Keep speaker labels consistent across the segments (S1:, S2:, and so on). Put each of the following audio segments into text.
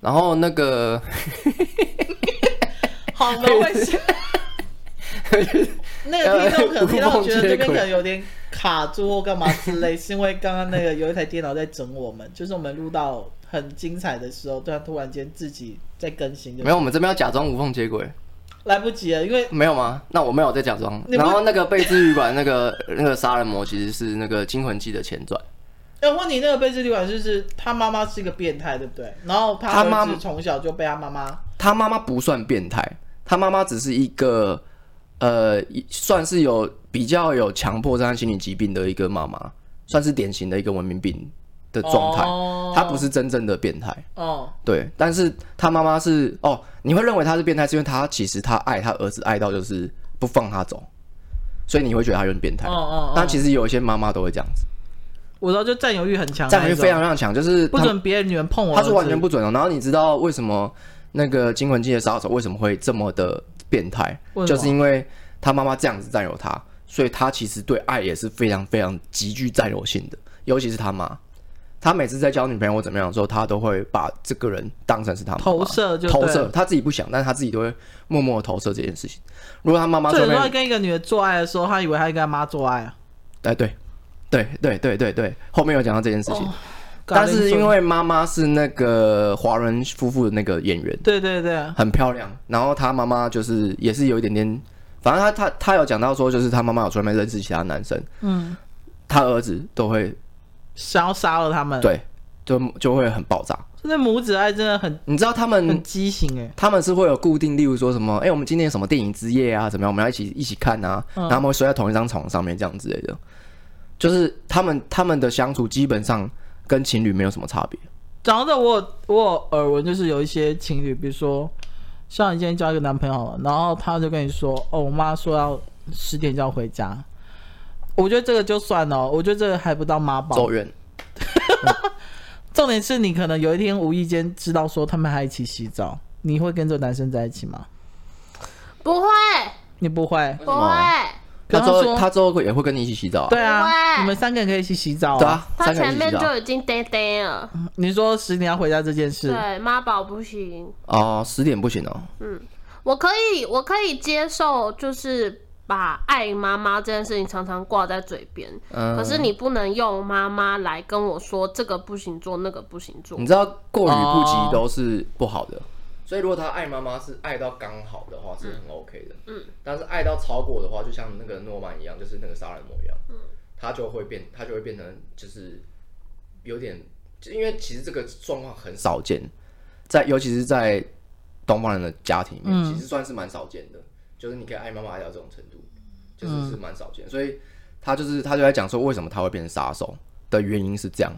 S1: 然后那 个
S2: 好，我们 会笑那个听众可能听到觉得这边可能有点卡住或干嘛之类，是因为刚刚那个有一台电脑在整我们，就是我们录到很精彩的时候，突然突然间自己在更新，就
S1: 没有，我们这边要假装无缝接轨，
S2: 来不及了，因为
S1: 没有吗？那我没有在假装。
S2: 你不
S1: 然后那个被治愈馆那个 那个杀人魔其实是那个《惊魂记》的前传，
S2: 要问呃你那个贝斯旅馆就是他妈妈是一个变态，对不对？然后
S1: 他妈
S2: 儿子从小就被他妈妈
S1: 他妈妈不算变态，他妈妈只是一个呃，一算是有比较有强迫症和心理疾病的一个妈妈，算是典型的一个文明病的状态。
S2: 哦
S1: 她不是真正的变态，
S2: 哦
S1: 对，但是她妈妈是哦，你会认为她是变态，是因为她其实她爱她儿子爱到就是不放他走，所以你会觉得她有点变态。
S2: 哦哦，
S1: 但其实有一些妈妈都会这样子，
S2: 我知道就占有欲很强，啊
S1: 占有欲非常非常强，就是
S2: 不
S1: 她
S2: 准别的女人碰我，
S1: 他是完全。不准的。然后你知道为什么那个《惊魂记》的杀手为什么会这么的变态
S2: 为？什么
S1: 就是因为他妈妈这样子占有他，所以他其实对爱也是非常非常极具占有性的，尤其是他妈。他每次在交女朋友或怎么样的时候，他都会把这个人当成是他妈妈
S2: 投射就
S1: 投
S2: 对
S1: 射，他自己不想，但是他自己都会默默地投射这件事情。如果他妈妈
S2: 所
S1: 这
S2: 以说，
S1: 边，
S2: 跟一个女的做爱的时候，他以为他在跟他妈做爱啊。
S1: 哎，对，对对对对对，后面有讲到这件事情，
S2: 哦
S1: 但是因
S2: 搞定
S1: 为妈妈是那个华人夫妇的那个演员，
S2: 对对对，
S1: 很漂亮。然后她妈妈就是也是有一点点，反正她她她有讲到说，就是她妈妈有出面认识其他男生，
S2: 嗯，
S1: 她儿子都会
S2: 想要杀了他们。，
S1: 对，就就会很爆炸。
S2: 这母子爱真的很
S1: 你知道他
S2: 很
S1: 们
S2: 畸形哎。
S1: 他们是会有固定，例如说什么，哎、我们今天有什么电影之夜啊，怎么样，我们要一起一起看啊，
S2: 嗯
S1: 然后他们会睡在同一张床上面这样之类的。就是他们他们的相处基本上跟情侣没有什么差别。
S2: 讲到这，我有我有耳闻，就是有一些情侣，比如说像你今天交一个男朋友了，然后他就跟你说，哦，我妈说要十点就要回家。我觉得这个就算了，哦我觉得这个还不到妈宝
S1: 走。远，
S2: 重点是你可能有一天无意间知道说他们还一起洗澡，你会跟这个男生在一起吗？
S3: 不会，
S2: 你不会。
S3: 不会，
S1: 他之
S2: 比方
S1: 后
S2: 说
S1: 他之后也会跟你一起洗澡、啊，
S2: 对啊，
S3: 不会
S2: 你们三个人可以一起洗澡、
S1: 对啊，
S3: 他
S1: 三个人一
S3: 前
S1: 起
S3: 面
S1: 洗澡
S3: 就已经呆呆了。
S2: 你说十年要回家这件事，
S3: 对，妈宝不行，
S1: 哦，十点不行哦，
S3: 我可以，我可以接受，就是把爱妈妈这件事情常常挂在嘴边。
S1: 嗯、
S3: 可是你不能用妈妈来跟我说这个不行做，那个不行做
S2: 嗯
S1: 你。知道过与不
S2: 哦
S1: 及都是不好的，所以如果他爱妈妈是爱到刚好的话，是很 OK 的。
S3: 嗯，
S1: 但是爱到超过的话，就像那个诺曼一样，就是那个杀人魔一样，嗯，他就会变，他就会变成就是有点，就因为其实这个状况很少见，在尤其是在东方人的家庭里面，
S3: 嗯
S1: 其实算是蛮少见的，就是你可以爱妈妈爱到这种程度，
S3: 嗯
S1: 就是是蛮少见，所以他就是他就在讲说为什么他会变成杀手的原因是这样。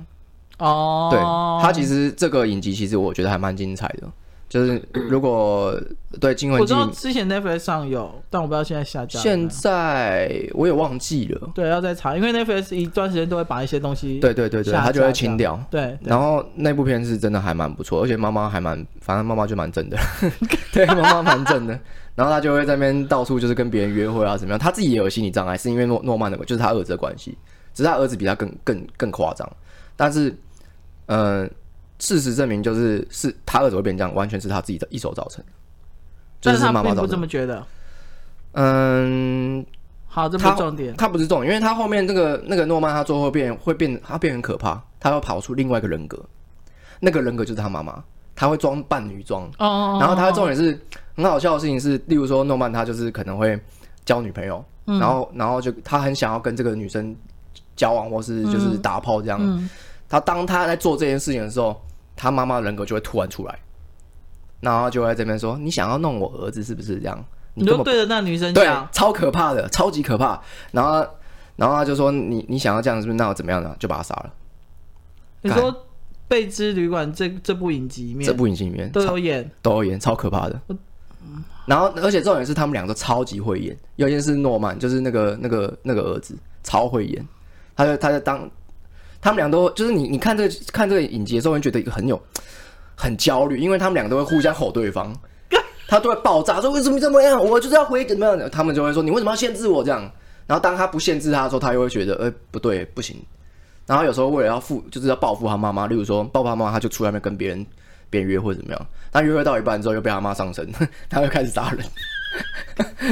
S2: 哦，
S1: 对，它其实这个影集其实我觉得还蛮精彩的，就是如果对《惊魂
S2: 我
S1: 记
S2: 知》道之前 Netflix 上有，但我不知道现在下架了没有。
S1: 现在我也忘记了，
S2: 对要再查，因为 Netflix 一段时间都会把一些东西
S1: 对对对对，
S2: 下架
S1: 它就会清掉。
S2: 对
S1: 然后那部片是真的还蛮不错，而且妈妈还蛮，反正妈妈就蛮正的， 对，妈妈蛮正的。然后她就会在那边到处就是跟别人约会啊，怎么样？她自己也有心理障碍，是因为诺诺曼的，就是她儿子的关系，只是她儿子比她更更更夸张。但是，呃，事实证明就是是她儿子会变这样，完全是她自己的一手造成的，就
S2: 但是他
S1: 妈妈
S2: 并
S1: 造
S2: 不这
S1: 成
S2: 么
S1: 的。
S2: 觉得。
S1: 嗯，
S2: 好，这不
S1: 他
S2: 是重点。
S1: 他不是重点，因为他后面那个那个诺曼，他最后变会变，他变很可怕，他会跑出另外一个人格，那个人格就是他妈妈，他会装扮女装，
S2: 哦哦，哦
S1: 然后他重点是很好笑的事情是，例如说诺曼他就是可能会交女朋友，
S2: 嗯
S1: 然后然后就他很想要跟这个女生交往或是就是打炮这样，
S2: 嗯
S1: 他当他在做这件事情的时候，他妈妈的人格就会突然出来，然后就会在这边说你想要弄我儿子是不是这样？
S2: 你
S1: 根
S2: 就
S1: 本
S2: 对着那女生
S1: 对
S2: 讲，，
S1: 超可怕的，超级可怕。然后，然后他就说你你想要这样是不是？那我怎么样呢？就把他杀了。
S2: 你说《贝之旅馆》这这部影集里面
S1: 这部影集里面
S2: 都
S1: 超
S2: 有演，
S1: 都有演，超可怕的。然后，而且重点是他们两个超级会演，有一件是诺曼，就是那个那个那个儿子，超会演。他就他就当他们俩都就是你你看这个看这个影集的时候，会觉得很有很焦虑，因为他们两个都会互相吼对方，他都会爆炸说为什么这么样，我就是要回怎么样，他们就会说你为什么要限制我这样。然后当他不限制他的时候，他又会觉得呃不对不行。然后有时候为了要复就是要报复他妈妈，例如说报复他妈妈，他就出来面跟别人别人约会怎么样？但约会到一半之后又被他妈上身， 他又开始杀人。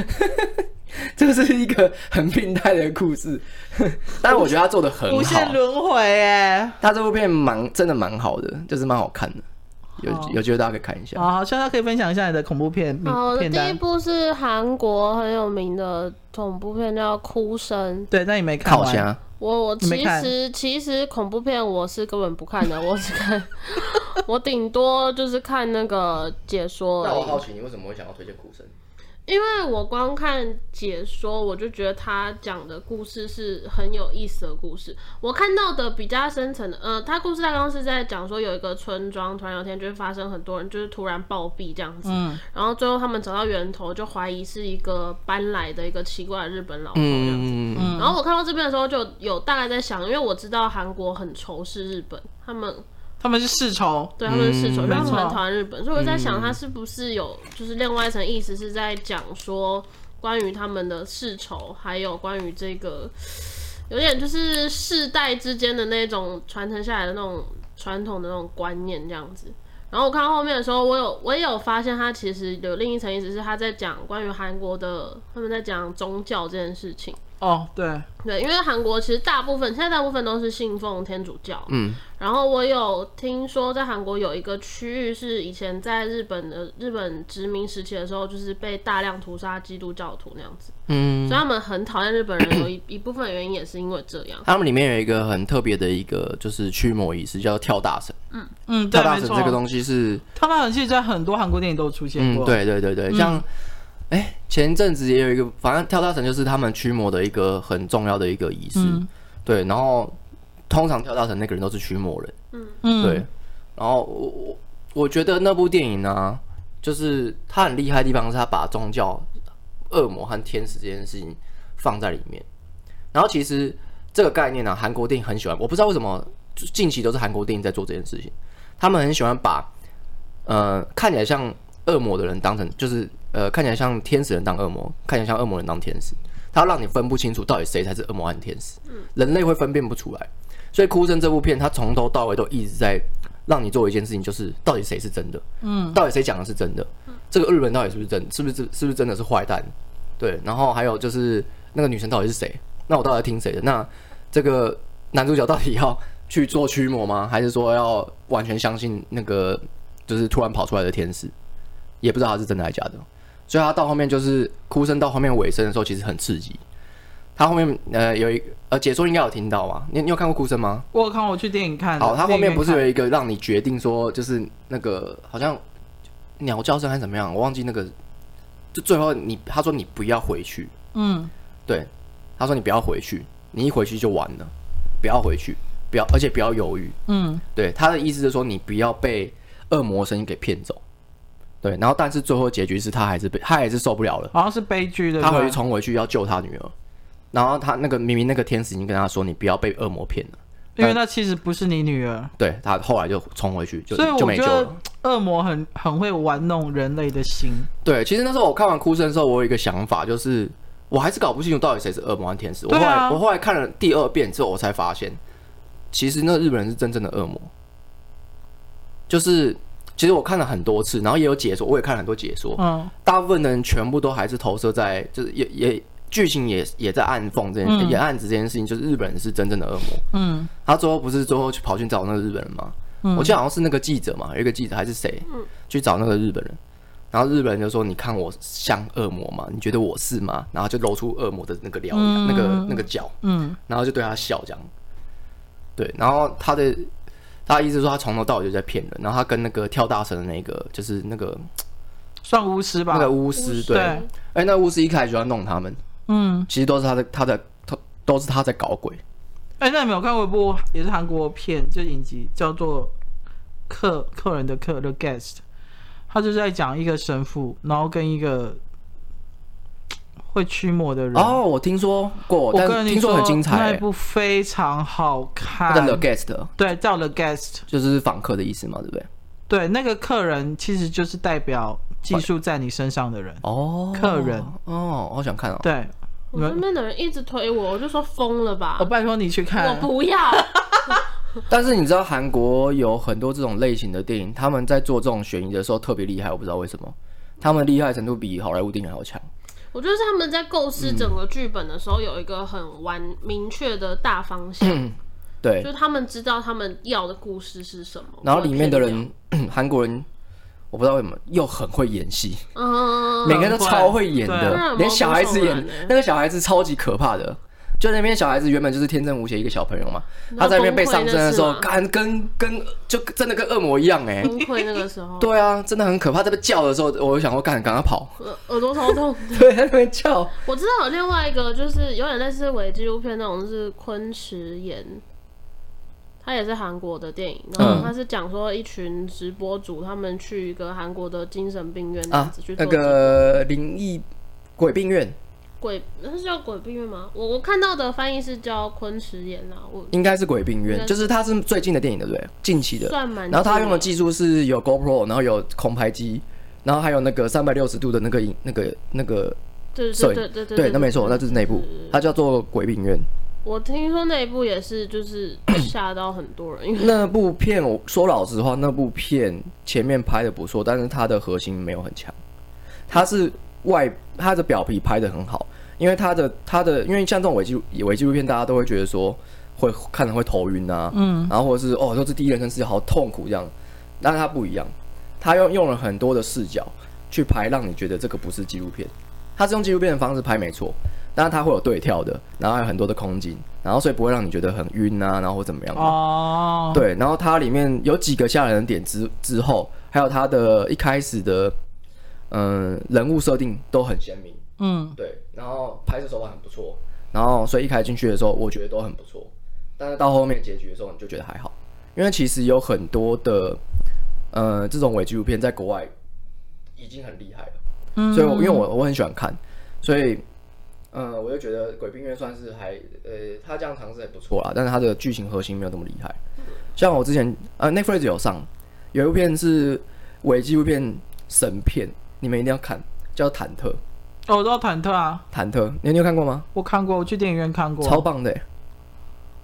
S1: 这是一个很病态的故事， 但我觉得他做的很
S2: 无限
S1: 好。
S2: 轮回哎。
S1: 他这部片蛮真的蛮好的，就是蛮好看的，有
S2: 好
S1: 有机会大家可以看一下。
S2: 哦好，好，现在可以分享一下你的恐怖片名
S3: 好，我的
S2: 片
S3: 第一
S2: 单。
S3: 部是韩国很有名的恐怖片，叫《哭声》。
S2: 对，但你没看
S1: 靠啊
S2: 完。
S1: 虾，
S3: 我我
S2: 你没
S3: 其
S2: 看
S3: 实其实恐怖片我是根本不看的，我 只看我顶多就是看那个解说而已。
S1: 奇你为什么会想要推荐苦生？
S3: 因为我光看解说，我就觉得他讲的故事是很有意思的故事。我看到的比较深层的，呃，他故事大纲是在讲说有一个村庄突然有一天就会发生很多人就是突然暴毙这样子，
S2: 嗯
S3: 然后最后他们找到源头，就怀疑是一个搬来的一个奇怪的日本老头这样子。
S1: 嗯，
S3: 然后我看到这边的时候，就有大概在想，因为我知道韩国很仇视日本，他们
S2: 他们是世仇。
S3: 对他们是世仇，因为他
S2: 嗯没
S3: 们
S2: 错嗯
S3: 很讨厌日本，所以我在想，他是不是有就是另外一层意思是在讲说关于他们的世仇，还有关于这个有点就是世代之间的那种传承下来的那种传统的那种观念这样子。然后我看到后面的时候，我有我也有发现，他其实有另一层意思是他在讲关于韩国的，他们在讲宗教这件事情。
S2: 哦，对，
S3: 对，因为韩国其实大部分现在大部分都是信奉天主教，
S1: 嗯，
S3: 然后我有听说在韩国有一个区域是以前在日本的日本殖民时期的时候，就是被大量屠杀基督教徒那样子，
S1: 嗯，
S3: 所以他们很讨厌日本人，有一 一部分原因也是因为这样。
S1: 他们里面有一个很特别的一个就是驱魔仪式，叫跳大神。
S2: 嗯，对
S1: 跳，大
S2: 没
S1: 神
S2: 错。
S1: 这个东西是，
S2: 他大神其实在很多韩国电影都有出
S1: 嗯，
S2: 现过。，
S1: 对对对对，像，哎，前一阵子也有一个，反正跳大神就是他们驱魔的一个很重要的一个仪式。
S2: 嗯
S1: 对，然后通常跳大神那个人都是驱魔人。
S2: 嗯，
S1: 对，，然后我我我觉得那部电影呢、就是它很厉害的地方是它把宗教、恶魔和天使这件事情放在里面。然后其实这个概念呢、韩国电影很喜欢，我不知道为什么就近期都是韩国电影在做这件事情，他们很喜欢把呃看起来像恶魔的人当成就是呃看起来像天使人当恶魔，看起来像恶魔人当天使。他要让你分不清楚到底谁才是恶魔和天使，人类会分辨不出来。所以《哭声》这部片，它从头到尾都一直在让你做一件事情，就是到底谁是真的，嗯，到底谁讲的是真的，这个日本到底是不是真，是不是是不是真的是坏蛋？对，然后还有就是那个女生到底是谁？那我到底要听谁的？那这个男主角到底要去做驱魔吗？还是说要完全相信那个就是突然跑出来的天使？也不知道他是真的还是假的。所以他到后面就是哭声到后面尾声的时候，其实很刺激。他后面呃有一呃解说应该有听到吧？你你有看过哭声吗？
S2: 我有看我去电影看的。
S1: 好，它后
S2: 电影
S1: 面
S2: 院
S1: 不是
S2: 嗯看
S1: 有一个让你决定说，就是那个好像鸟叫声还是怎么样，我忘记那个。就最后你他说你不要回去，
S2: 嗯，
S1: 对，他说你不要回去，你一回去就完了，不要回去，不要，而且不要犹豫。
S2: 嗯
S1: 对，他的意思是说你不要被恶魔声音给骗走。对，然后但是最后结局是他还是被他还是受不了了，
S2: 好像是悲剧的。
S1: 他
S2: 对
S1: 回
S2: 吧
S1: 去冲回去要救他女儿，然后他那个明明那个天使已经跟他说你不要被恶魔骗了，
S2: 因为那其实不是你女儿，
S1: 对他后来就冲回去就
S2: 所以
S1: 就
S2: 我
S1: 没救
S2: 觉
S1: 了
S2: 得。恶魔很很会玩弄人类的心。
S1: 对，其实那时候我看完《哭声》的时候，我有一个想法，就是我还是搞不清楚到底谁是恶魔和天使。我后
S2: 对
S1: 来、
S2: 啊
S1: 我后来看了第二遍之后，我才发现，其实那日本人是真正的恶魔。就是其实我看了很多次，然后也有解说，我也看了很多解说，
S2: 嗯
S1: 大部分的人全部都还是投射在，就是也也剧情也也在暗讽这件、也暗指这件事情，就是日本人是真正的恶魔。
S2: 嗯，
S1: 他最后不是最后去跑去找那个日本人吗？我记得好像是那个记者嘛，有一个记者还是谁、去找那个日本人，然后日本人就说：“你看我像恶魔吗？你觉得我是吗？”然后就露出恶魔的那个獠牙、那个那个角，
S2: 嗯，
S1: 然后就对他笑这样。对，然后他的他的意思说他从头到尾就在骗人，然后他跟那个跳大神的那个就是那个
S2: 算巫师吧
S1: 那。个巫师，对，
S2: 对
S1: 哎、那巫师一开始就要弄他们，
S2: 嗯，
S1: 其实都是他在他在他都是他在搞鬼。
S2: 哎，那你没有看过一部也是韩国片，就影集叫做《客客人的客》The Guest，他就是在讲一个神父，然后跟一个会驱魔的人。
S1: 哦，我听说过，
S2: 我
S1: 但
S2: 跟你
S1: 听说很精彩、
S2: 那一
S1: 欸。
S2: 部非常好看
S1: 他。的 The Guest
S2: 对，叫 The Guest。
S1: 就是访客的意思嘛，对不对？
S2: 对，那个客人其实就是代表技术在你身上的人。
S1: 哦，
S2: 客人
S1: 哦，好想看哦。
S2: 对，你
S3: 我身
S2: 们，
S3: 边的人一直推我，我就说疯了吧
S1: 哦啊
S2: 我，拜托你去看。
S3: 我不要。
S1: 但是你知道韩国有很多这种类型的电影，他们在做这种悬疑的时候特别厉害，我不知道为什么，他们厉害程度比好莱坞电影还要强。
S3: 我觉得是他们在构思整个剧本的时候有一个很完明确的大方向，
S1: 嗯对
S3: 就，是他们知道他们要的故事是什么。
S1: 然后里面的
S3: 不会
S1: 人， 韩国人，我不知道为什么又很会演戏，
S3: 偏掉，嗯，
S1: 每个人都超会演
S2: 对
S3: 啊
S1: 的，连小孩子
S3: 当然毛
S1: 演
S3: 骨悚然欸
S1: 那个小孩子超级可怕的。就那边小孩子原本就是天真无邪一个小朋友嘛，他在那边被上身的时候，
S3: 崩
S1: 干跟跟就真的跟恶魔一样哎、
S3: 崩溃那个时候，
S1: 对啊，真的很可怕。在被叫的时候，我就想说干赶快 跑，
S3: 耳耳朵超痛。
S1: 对，在那边叫，
S3: 我知道有另外一个，就是有点类似伪纪录片那种，就是昆池岩，它也是韩国的电影，然
S1: 嗯
S3: 后它是讲说一群直播主他们去一个韩国的精神病院这样
S1: 啊
S3: 子去，嗯做
S1: 那个灵异鬼病院
S3: 鬼，那是叫鬼病院吗？我我看到的翻译是叫昆池岩啦，我
S1: 应该是鬼病
S3: 应该
S1: 院，
S3: 是
S1: 就是它是最近的电影，对不对？近期的。
S3: 算蛮。
S1: 然后他用的，技术是有 GoPro，然后有空拍机，然后还有那个三百六十度的那个影那个那个，
S3: 对
S1: 摄
S3: 对
S1: 影
S3: 对对对
S1: 对，那没错，那就是那一部，它叫做《鬼病院》。
S3: 我听说那一部也是，就是吓到很多人，因为
S1: 那部片，我说老实话，那部片前面拍的不错，但是它的核心没有很强。它是外，它的表皮拍的很好，因为它的它的，因为像这种伪纪录伪纪录片，大家都会觉得说会看着会头晕啊，嗯，然后或者是哦，说这第一人称视角好痛苦这样，但是它不一样，它用用了很多的视角去拍，让你觉得这个不是纪录片，它是用纪录片的方式拍没错。但是它会有对跳的，然后还有很多的空景，然后所以不会让你觉得很晕啊，然后或怎么样的
S2: 哦，
S1: 对，然后它里面有几个吓人的点之之后，还有它的一开始的，嗯、人物设定都很鲜明，
S2: 嗯，
S1: 对，然后拍摄手法很不错，然后所以一开始进去的时候，我觉得都很不错，但是到后面结局的时候，你就觉得还好，因为其实有很多的，呃，这种伪纪录片在国外已经很厉害了，
S2: 嗯
S1: 所以我因为我我很喜欢看，所以。呃，我就觉得《鬼病院》算是还呃，他这样尝试还不错啦，但是他的剧情核心没有那么厉害。像我之前呃，Netflix 有上有一部片是伪纪录片神片，你们一定要看，叫《忐忑》。
S2: 哦我知道忐忑啊，
S1: 忐忑，你你有看过吗？
S2: 我看过，我去电影院看过，
S1: 超棒的欸，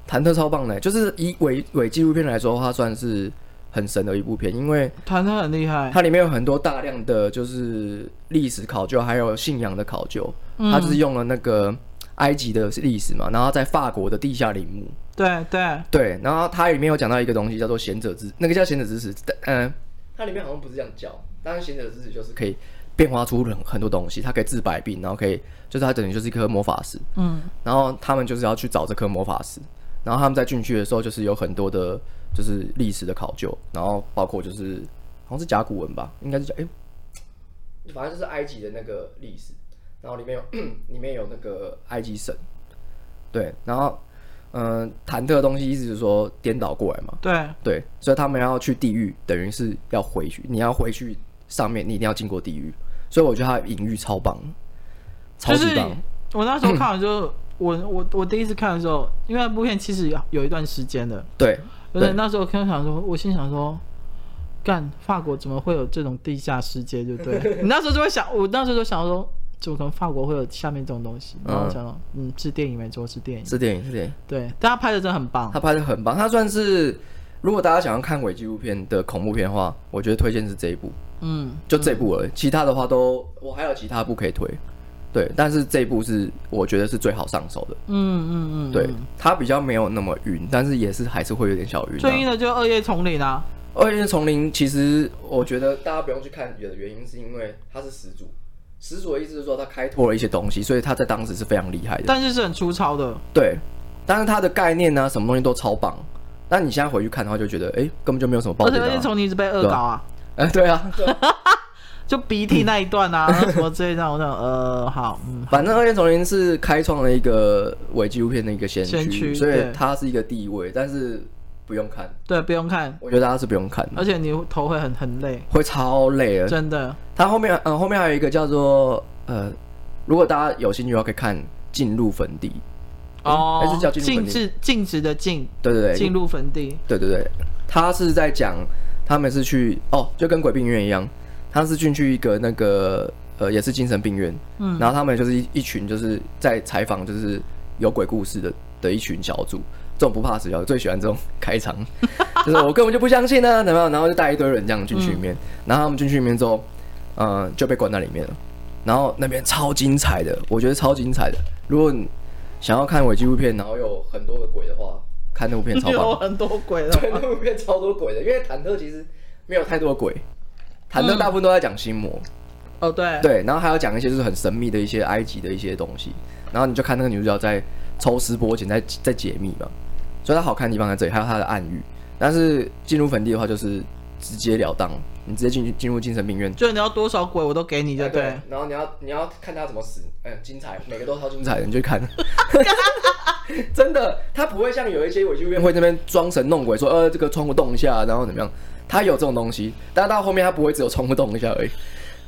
S1: 忐忑超棒的欸，就是以伪伪纪录片来说，它算是很神的一部片，因为
S2: 忐忑很厉害，
S1: 它里面有很多大量的就是历史考究，还有信仰的考究，它就是用了那个埃及的历史嘛，然后在法国的地下陵墓，
S2: 对对，
S1: 对，然后它里面有讲到一个东西叫做贤者之，那个叫贤者之石，但嗯、它里面好像不是这样叫，但是贤者之石就是可以变化出很很多东西，它可以治百病，然后可以就是它等于就是一颗魔法石，
S2: 嗯，
S1: 然后他们就是要去找这颗魔法石，然后他们在进去的时候就是有很多的就是历史的考究，然后包括就是好像是甲骨文吧，应该是甲，哎、反正就是埃及的那个历史，然后里面有 里面有那个埃及神，对，然后。嗯，忐忑的东西意思是说颠倒过来嘛，
S2: 对，
S1: 对，所以他们要去地狱，等于是要回去，你要回去上面，你一定要经过地狱，所以我觉得他的隐喻超棒，超
S2: 就是
S1: 级棒，
S2: 我那时候看完之后，我我我第一次看的时候，因为那部片其实有有一段时间的，
S1: 对，
S2: 而且
S1: 对
S2: 那时候看想说，我心想说，干法国怎么会有这种地下世界？就 对你那时候就会想，我那时候就想说，怎么可能法国会有下面这种东西？然后我想说，嗯，是电影没错，是电影，
S1: 是电影，是电影。
S2: 对，但他拍的真的很棒
S1: 他。拍的很棒，他算是如果大家想要看伪纪录片的恐怖片的话，我觉得推荐是这一部，
S2: 嗯，
S1: 就这部而已。其他的话都，我还有其他部可以推，对，但是这一部是我觉得是最好上手的，
S2: 嗯嗯嗯，
S1: 对
S2: 嗯，
S1: 它比较没有那么晕，但是也是还是会有点小晕、
S2: 最
S1: 啊
S2: 晕。的就是《恶夜丛林》啊，
S1: 二月丛林其实我觉得大家不用去看有的原因是因为它是始祖，始祖的意思是说它开拓了一些东西，所以它在当时是非常厉害的。
S2: 但是是很粗糙的。
S1: 对，但是它的概念啊呢、什么东西都超棒。那你现在回去看的话，就觉得哎、诶根本就没有什么爆
S2: 而
S1: 点、
S2: 且《
S1: 啊。
S2: 恶夜丛林》一直被恶搞啊，
S1: 哎，对啊，
S2: 就鼻涕那一段啊，
S1: 嗯
S2: 然后什么之类的，我想呃，好，嗯，
S1: 反正《二线丛林》是开创了一个伪纪录片的一个先
S2: 先驱
S1: 驱，所以
S2: 对
S1: 它是一个地位，但是不用看，
S2: 对，不用看，
S1: 我觉得大家是不用看的，
S2: 而且你头会很很累，
S1: 会超累的。
S2: 真的。
S1: 它后面，嗯，后面还有一个叫做呃，如果大家有兴趣的话，可以看《进入坟地》。
S2: 哦，
S1: 哎还是叫进入坟
S2: 禁
S1: 地
S2: 止禁止的禁，
S1: 对对对，
S2: 进入坟地。
S1: 对对对，他是在讲他们是去哦，就跟鬼病院一样，他是进去一个那个呃，也是精神病院，嗯，然后他们就是一一群就是在采访就是有鬼故事的的一群小组，这种不怕死角，最喜欢这种开场，就是我根本就不相信呢、啊，怎么样？然后就带一堆人这样进去里面，然后他们进去里面之后，嗯，就被关在里面了。然后那边超精彩的，我觉得超精彩的。如果你想要看伪纪录片，然后有很多的鬼的话，看那部片超
S2: 有
S1: 棒。
S2: 很多鬼哦
S1: 对，那
S2: 了。
S1: 部片超多鬼的，因为忐忑其实没有太多的鬼，忐忑大部分都在讲心魔。
S2: 哦，对，
S1: 对，然后还有讲一些就是很神秘的一些埃及的一些东西，然后你就看那个女主角在抽丝剥茧，在在解密嘛，所以它好看的地方在这里，还有它的暗喻。但是进入坟地的话，就是直截了当，你直接进去进入精神病院。
S2: 就你要多少鬼我都给你，就对。，
S1: 哎然后你要你要看他怎么死，嗯，精彩，每个都超精彩的，你去看。 真的，他不会像有一些伪纪录片会那边装神弄鬼，说呃这个窗户动一下，然后怎么样，他有这种东西，但到后面他不会只有窗户动一下而已，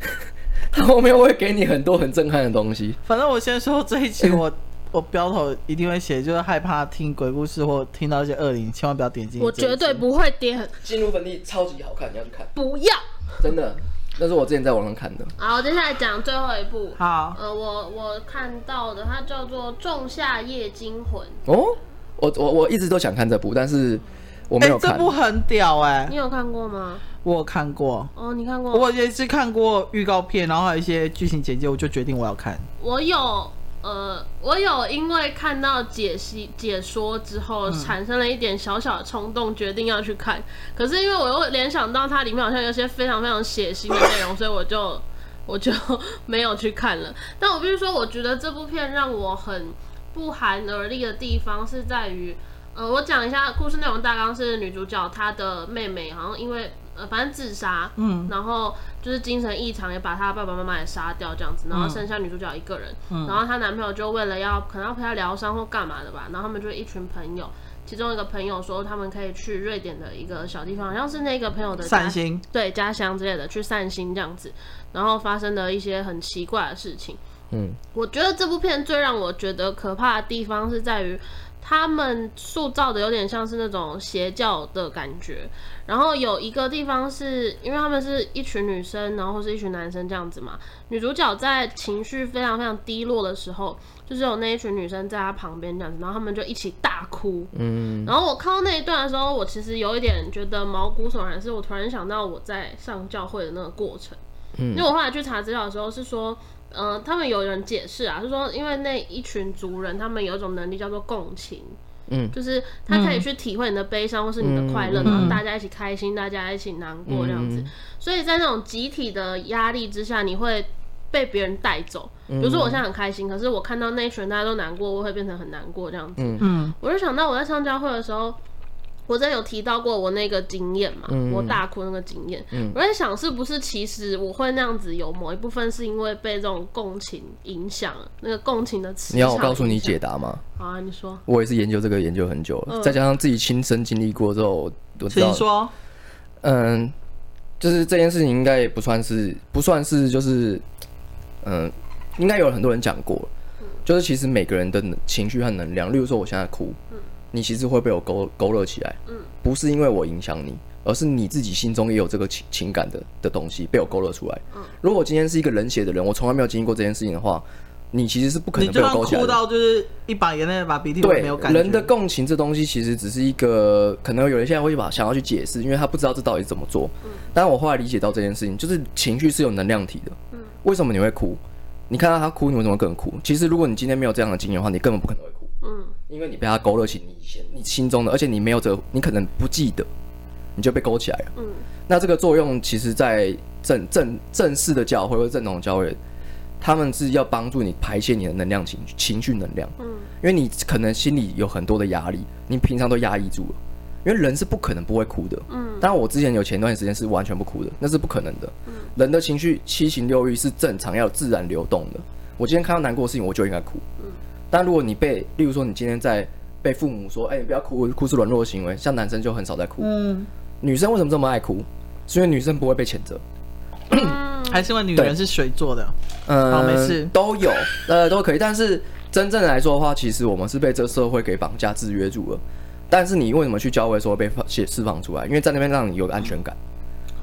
S1: 他后面会给你很多很震撼的东西。
S2: 反正我先说这一期我。我标头一定会写，就是害怕听鬼故事或听到一些恶灵，千万不要点进去这一
S3: 我
S2: 集。
S3: 绝对不会点，
S1: 进入坟地超级好看，你要去看，
S3: 不要。
S1: 真的，那是我之前在网上看的。
S3: 好，接下来讲最后一部。
S2: 好。
S3: 呃，我我看到的，它叫做《仲夏夜惊魂》，
S1: 哦，我我我一直都想看这部，但是我没
S2: 哎、
S1: 有
S2: 这
S1: 看。
S2: 部很屌哎、
S3: 你有看过吗？
S2: 我有看过，
S3: 哦，你看过？
S2: 我也是看过预告片，然后还有一些剧情简介，我就决定我要看。
S3: 我有呃，我有因为看到解析解说之后，产生了一点小小的冲动，决定要去看。可是因为我又联想到它里面好像有一些非常非常血腥的内容，所以我就 我就没有去看了。但我必须说，我觉得这部片让我很不寒而栗的地方是在于。呃，我讲一下故事内容大纲是女主角她的妹妹好像因为呃反正自杀，嗯，然后就是精神异常也把她爸爸妈妈也杀掉这样子，然
S2: 嗯
S3: 后剩下女主角一个人，然后她男朋友就为了要可能要陪她疗伤或干嘛的吧，然后他们就一群朋友，其中一个朋友说他们可以去瑞典的一个小地方，好像是那个朋友的家
S2: 散心，
S3: 对家乡之类的去散心这样子，然后发生了一些很奇怪的事情。
S1: 嗯，
S3: 我觉得这部片最让我觉得可怕的地方是在于，他们塑造的有点像是那种邪教的感觉。然后有一个地方是因为他们是一群女生，然后或是一群男生这样子嘛。女主角在情绪非常非常低落的时候，就是有那一群女生在她旁边这样子，然后他们就一起大哭。嗯，然后我看到那一段的时候，我其实有一点觉得毛骨悚然，是我突然想到我在上教会的那个过程。
S1: 嗯
S3: 因为我后来去查资料的时候是说，呃，他们有人解释啊，是说因为那一群族人，他们有一种能力叫做共情，
S1: 嗯
S3: 就是他可以去体会你的悲伤或是你的快乐，
S1: 嗯
S3: 然后大家一起开心，大家一起难过这样子。所以在那种集体的压力之下，你会被别人带走。比如说我现在很开心，可是我看到那一群大家都难过，我会变成很难过这样子。
S2: 嗯，
S3: 我就想到我在上教会的时候，我真的有提到过我那个经验嘛，
S1: 嗯
S3: 我大哭那个经验。我在想，是不是其实我会那样子，有某一部分是因为被这种共情影响，那个共情的磁场。
S1: 你要我告诉你解。答吗？
S3: 好啊，你说。
S1: 我也是研究这个研究很久了，再加上自己亲身经历过之后，我我知道
S2: 嗯请说。
S1: 嗯，就是这件事情应该也不算是不算是就是，嗯，应该有很多人讲过，
S2: 嗯
S1: 就是其实每个人的能情绪和能量，例如说我现在哭，
S2: 嗯
S1: 你其实会被我勾勾勒起来，不是因为我影响你，而是你自己心中也有这个情情感的的东西被我勾勒出来。
S2: 嗯
S1: 如果我今天是一个冷血的人，我从来没有经历过这件事情的话，你其实是不可
S2: 你
S1: 能被
S2: 就
S1: 我
S2: 算
S1: 勾起来
S2: 哭
S1: 的。
S2: 到就是一把眼泪、一把鼻涕，我也
S1: 对
S2: 没有感觉。
S1: 人的共情这东西，其实只是一个可能有人现在会把想要去解释，因为他不知道这到底是怎么做。
S3: 嗯
S1: 但我后来理解到这件事情，就是情绪是有能量体的。
S3: 嗯
S1: 为什么你会哭？你看到他哭，你为什么更哭？其实如果你今天没有这样的经验的话，你根本不可能会哭，
S3: 嗯，
S1: 因为你被他勾勒起你以前你心中的，而且你没有这，你可能不记得，你就被勾起来了。
S3: 嗯
S1: 那这个作用，其实在正正正式的教会或者正统教会，他们是要帮助你排泄你的能量情绪情绪能量。
S3: 嗯，
S1: 因为你可能心里有很多的压力，你平常都压抑住了。因为人是不可能不会哭的。
S3: 嗯，
S1: 当然我之前有前段时间是完全不哭的，那是不可能的。人的情绪七情六欲是正常要自然流动的。我今天看到难过的事情，我就应该哭。嗯，但如果你被，例如说你今天在被父母说，哎、你不要哭，哭是软弱的行为，像男生就很少在哭。
S2: 嗯，
S1: 女生为什么这么爱哭？是因为女生不会被谴责。
S2: 还是因为女人是水做的，
S1: 嗯，
S2: 好没事
S1: 都有，呃，都可以。但是真正来说的话，其实我们是被这社会给绑架、制约住了。但是你为什么去教会说被放释放出来？因为在那边让你有个安全感，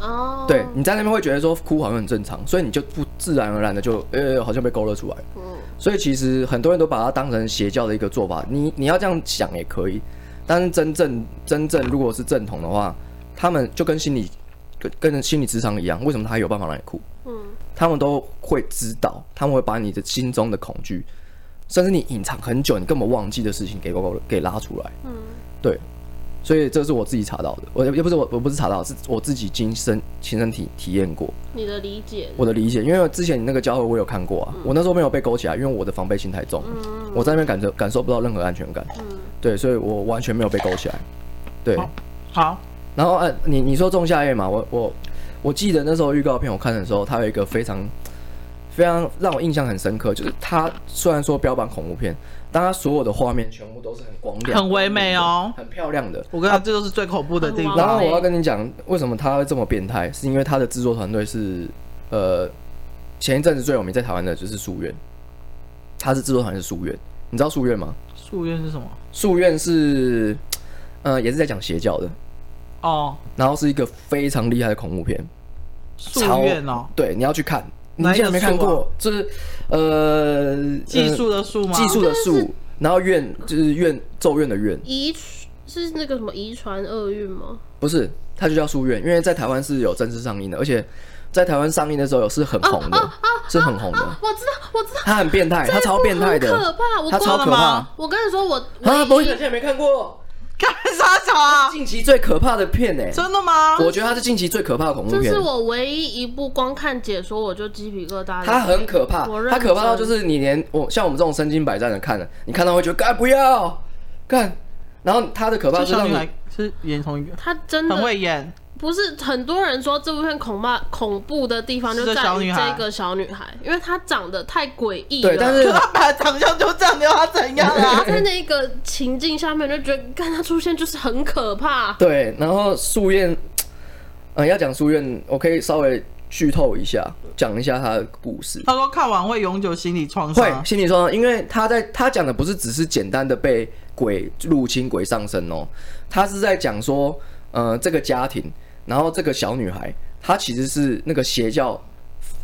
S3: 哦，
S1: 对，你在那边会觉得说哭好像很正常，所以你就不自然而然的就呃好像被勾勒出来。
S3: 嗯
S1: 所以其实很多人都把它当成邪教的一个做法，你你要这样想也可以，但是真正真正如果是正统的话，他们就跟心理跟跟心理职场一样，为什么他有办法让你哭？
S3: 嗯，
S1: 他们都会知道，他们会把你的心中的恐惧，甚至你隐藏很久你根本忘记的事情给勾勾给拉出来。
S3: 嗯，
S1: 对，所以这是我自己查到的，我也不是我我不是查到，是我自己亲身亲身体体验过
S3: 你的理解，
S1: 我的理解，因为之前你那个交合我有看过啊，我那时候没有被勾起来，因为我的防备心太重，
S3: 嗯
S1: 我在那边感受感受不到任何安全感，
S3: 嗯，哦
S1: 对，所以我完全没有被勾起来，对。
S2: 好好，
S1: 然后呃，你你说仲夏夜嘛，我我我记得那时候预告片我看的时候，它有一个非常非常让我印象很深刻，就是它虽然说标榜恐怖片，但它所有的画面全部都是很光亮、
S2: 很唯美哦
S1: 很漂亮的。
S2: 我跟他这就是最恐怖的地
S3: 好
S1: 啊然后
S2: 方
S3: 完美。
S1: 我要跟你讲，为什么它会这么变态，是因为它的制作团队是呃前一阵子最有名在台湾的就是书院，它是制作团队是书院，你知道书院吗？
S2: 夙愿是什么？
S1: 书院是呃也是在讲邪教的，
S2: 哦，
S1: 然后是一个非常厉害的恐怖片。
S2: 夙愿哦，
S1: 对，你要去看。你
S2: 哪一
S1: 竟
S2: 个啊
S1: 然没看过？就是呃，
S2: 技
S1: 呃
S2: 术啊的术吗？
S1: 技术的术，然后怨就是怨咒怨的怨，
S3: 遗是那个什么遗传厄运吗？
S1: 不是，它就叫书院，因为在台湾是有正式上映的，而且在台湾上映的时候有是很红
S3: 哦
S1: 的，是很红的。
S3: 我知道，我知道，
S1: 它很变态，它哎超变态
S3: 哦这一部很可
S1: 的，
S3: 怕，我
S1: 它超
S3: 光
S1: 可怕
S3: 我跟你说，我
S1: 啊！博
S3: 我
S1: 一现在没看过，
S2: 干啥小啊？
S1: 近期最可怕的片哎，
S2: 真的吗？
S1: 我觉得它是近期最可怕的恐怖
S3: 这
S1: 片
S3: 是。我唯一一部光看解说我就鸡皮疙瘩的。
S1: 它很可怕
S3: 我，认
S1: 它可怕到
S3: 真
S1: 就是你连我像我们这种身经百战的看了，你看到会觉得干不要干，然后它的可怕
S2: 这
S1: 是
S2: 小
S1: 让
S2: 女
S1: 你
S2: 孩是演同一个，
S3: 他真
S2: 很
S3: 的
S2: 会演。
S3: 不是很多人说这部片恐怕恐怖的地方
S2: 是
S3: 就
S2: 这
S3: 在
S2: 小
S3: 于
S2: 女孩
S3: 这个小女孩，因为她长得太诡异了。
S1: 对，但
S2: 可
S1: 是
S2: 她本来长相就这样，你要她怎样
S3: 然 后
S2: 啊？
S3: 在那个情境下面，就觉得看她出现就是很可怕。
S1: 对，然后素院，呃，要讲素院，我可以稍微剧透一下，讲一下他的故事。
S2: 她说看完会永久心理创
S1: 会
S2: 伤。
S1: 心理说，因为他在他讲的不是只是简单的被鬼入侵、鬼上身哦，他是在讲说，呃，这个家庭，然后这个小女孩，她其实是那个邪教，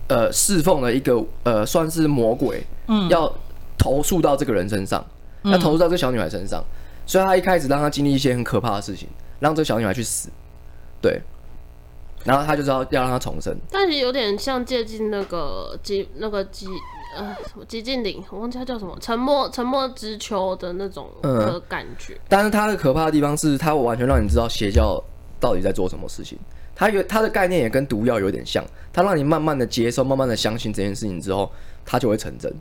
S1: 呃，侍奉了一个呃，算是魔鬼，嗯，要投诉到这个人身上，要投诉到这个小女孩身上，所以他一开始让她经历一些很可怕的事情，让这个小女孩去死，对，然后他就是要要让她重生，
S3: 但是有点像接近那个极那个极呃什么极尽岭，我忘记它叫什么，沉默沉默之丘的那种
S1: 嗯
S3: 的感觉。
S1: 但是它的可怕的地方是，它完全让你知道邪教到底在做什么事情。它有它的概念也跟毒药有点像，它让你慢慢的接受，慢慢的相信这件事情之后，它就会成真。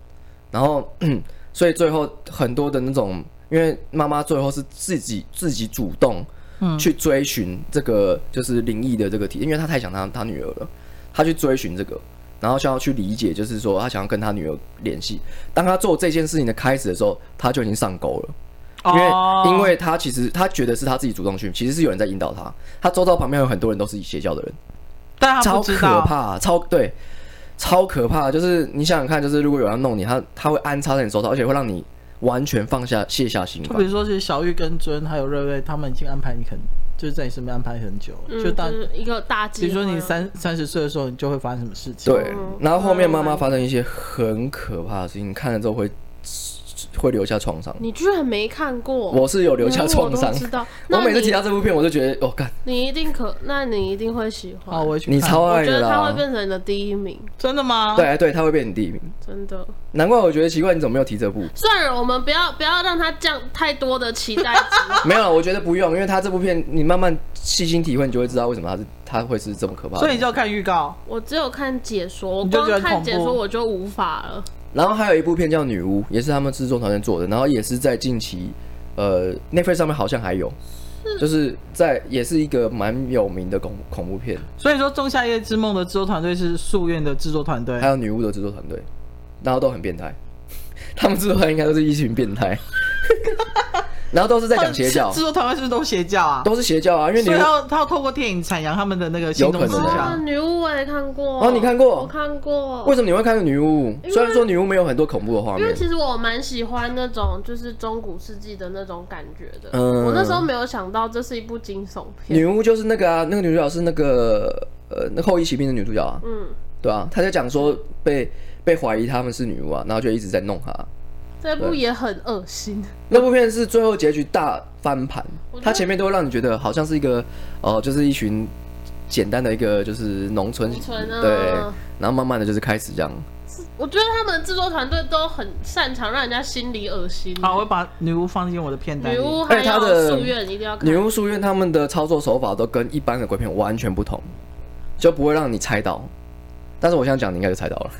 S1: 然后， 所以最后很多的那种，因为妈妈最后是自己自己主动去追寻这个就是灵异的这个体，因为她太想她她女儿了，她去追寻这个，然后想要去理解，就是说她想要跟她女儿联系。当她做这件事情的开始的时候，她就已经上钩了。因为、
S2: 哦
S1: 因为他其实他觉得是他自己主动去，其实是有人在引导他。他周遭旁边有很多人都是邪教的人，
S2: 但她
S1: 超
S2: 不知
S1: 可
S2: 道，
S1: 怕，超对，超可怕。就是你想想看，就是如果有人要弄你，他他会安插在你手上，而且会让你完全放下卸下心
S2: 就
S1: 防
S2: 比。如说，其实小玉跟尊还有瑞瑞，他们已经安排你很，就是在你身边安排很久了，
S3: 嗯，
S2: 就当
S3: 是一个大
S2: 比
S3: 计
S2: 如
S3: 划。
S2: 说你三三十岁的时候，你就会发生什么事情？
S1: 对
S3: 嗯，
S1: 然后后面妈妈发生一些很可怕的事情，你看了之后会会留下创伤。
S3: 你居然没看过，
S1: 我是有留下
S3: 连
S1: 创
S3: 嗯我
S1: 伤
S3: 都，知道。
S1: 我
S3: 那
S1: 每次提
S3: 你
S1: 到这部片，我就觉得，哦，干，
S3: 你一定可，那你一定会喜欢。
S2: 哦好，我会去看。
S1: 你超
S3: 我
S1: 爱
S3: 觉
S1: 的
S3: 得他
S1: 啦
S3: 会。变成你的第一名，
S2: 真的吗？，
S1: 对对，他会变你第一名。
S3: 真的。
S1: 难怪我觉得奇怪，你怎么没有提这部？
S3: 算了，我们不要不要让他降太多的期待 值。
S1: 没有，我觉得不用，因为他这部片你慢慢细心体会，你就会知道为什么他是他会是这么可怕的。
S2: 所以你就看预告。
S3: 我只有看解说，我
S2: 你就觉
S3: 光
S2: 得很
S3: 看解
S2: 恐
S3: 说
S2: 怖
S3: 我就无法了。
S1: 然后还有一部片叫《女巫》，也是他们制作团队做的，然后也是在近期，呃，Netflix 上面好像还有，就是在也是一个蛮有名的恐恐怖片，
S2: 所以说，《仲夏夜之梦》的制作团队是夙愿的制作团队
S1: 还。有《女巫》的制作团队，然后都很变态， 他们制作团队应该都是一群变态， 然后都是在讲邪教
S2: 制，作团队是不是都邪教啊？
S1: 都是邪教啊，因为女
S2: 所以
S1: 巫
S2: 他要他要透过电影阐扬他们的那个心中思
S1: 有可能
S3: 啊，
S1: 啊
S2: 想。
S3: 女巫我也看过。
S1: 哦你看过
S3: 我看过。
S1: 为什么你会看《女巫》？虽然说《女巫》没有很多恐怖的画
S3: 因为
S1: 面，
S3: 其实我蛮喜欢那种就是中古世纪的那种感觉的。
S1: 嗯
S3: 我那时候没有想到这是一部惊悚片。
S1: 女巫就是那个啊，那个女主角是那个呃，那后裔骑兵的女主角啊，
S3: 嗯，
S1: 对啊，她就讲说被被怀疑他们是女巫啊，然后就一直在弄她，
S3: 这部也很恶心。
S1: 那部片是最后结局大翻盘
S3: 我，觉得
S1: 它前面都会让你觉得好像是一个呃，就是一群简单的一个就是农村
S3: 农村啊
S1: 对，然后慢慢的就是开始这样。
S3: 我觉得他们的制作团队都很擅长让人家心里恶心。
S2: 好，我会把女巫放进我的片单
S3: 女
S2: 里。
S3: 巫
S1: 而
S3: 还
S1: 且他
S3: 有
S1: 的
S3: 夙愿一定要看
S1: 女。巫书院他们的操作手法都跟一般的鬼片完全不同，就不会让你猜到。但是我现在讲你应该就猜到了，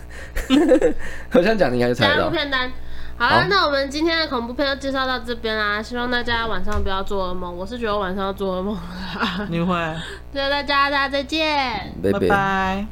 S1: 我现在讲你应该就
S3: 加
S1: 猜
S3: 入
S1: 到。
S3: 片单。好啦
S1: 好，
S3: 那我们今天的恐怖片就介绍到这边啦，希望大家晚上不要做噩梦。我是觉得我晚上要做噩梦了啦，
S2: 你会，
S3: 谢谢大家，大家再见。
S1: 拜
S2: 拜拜。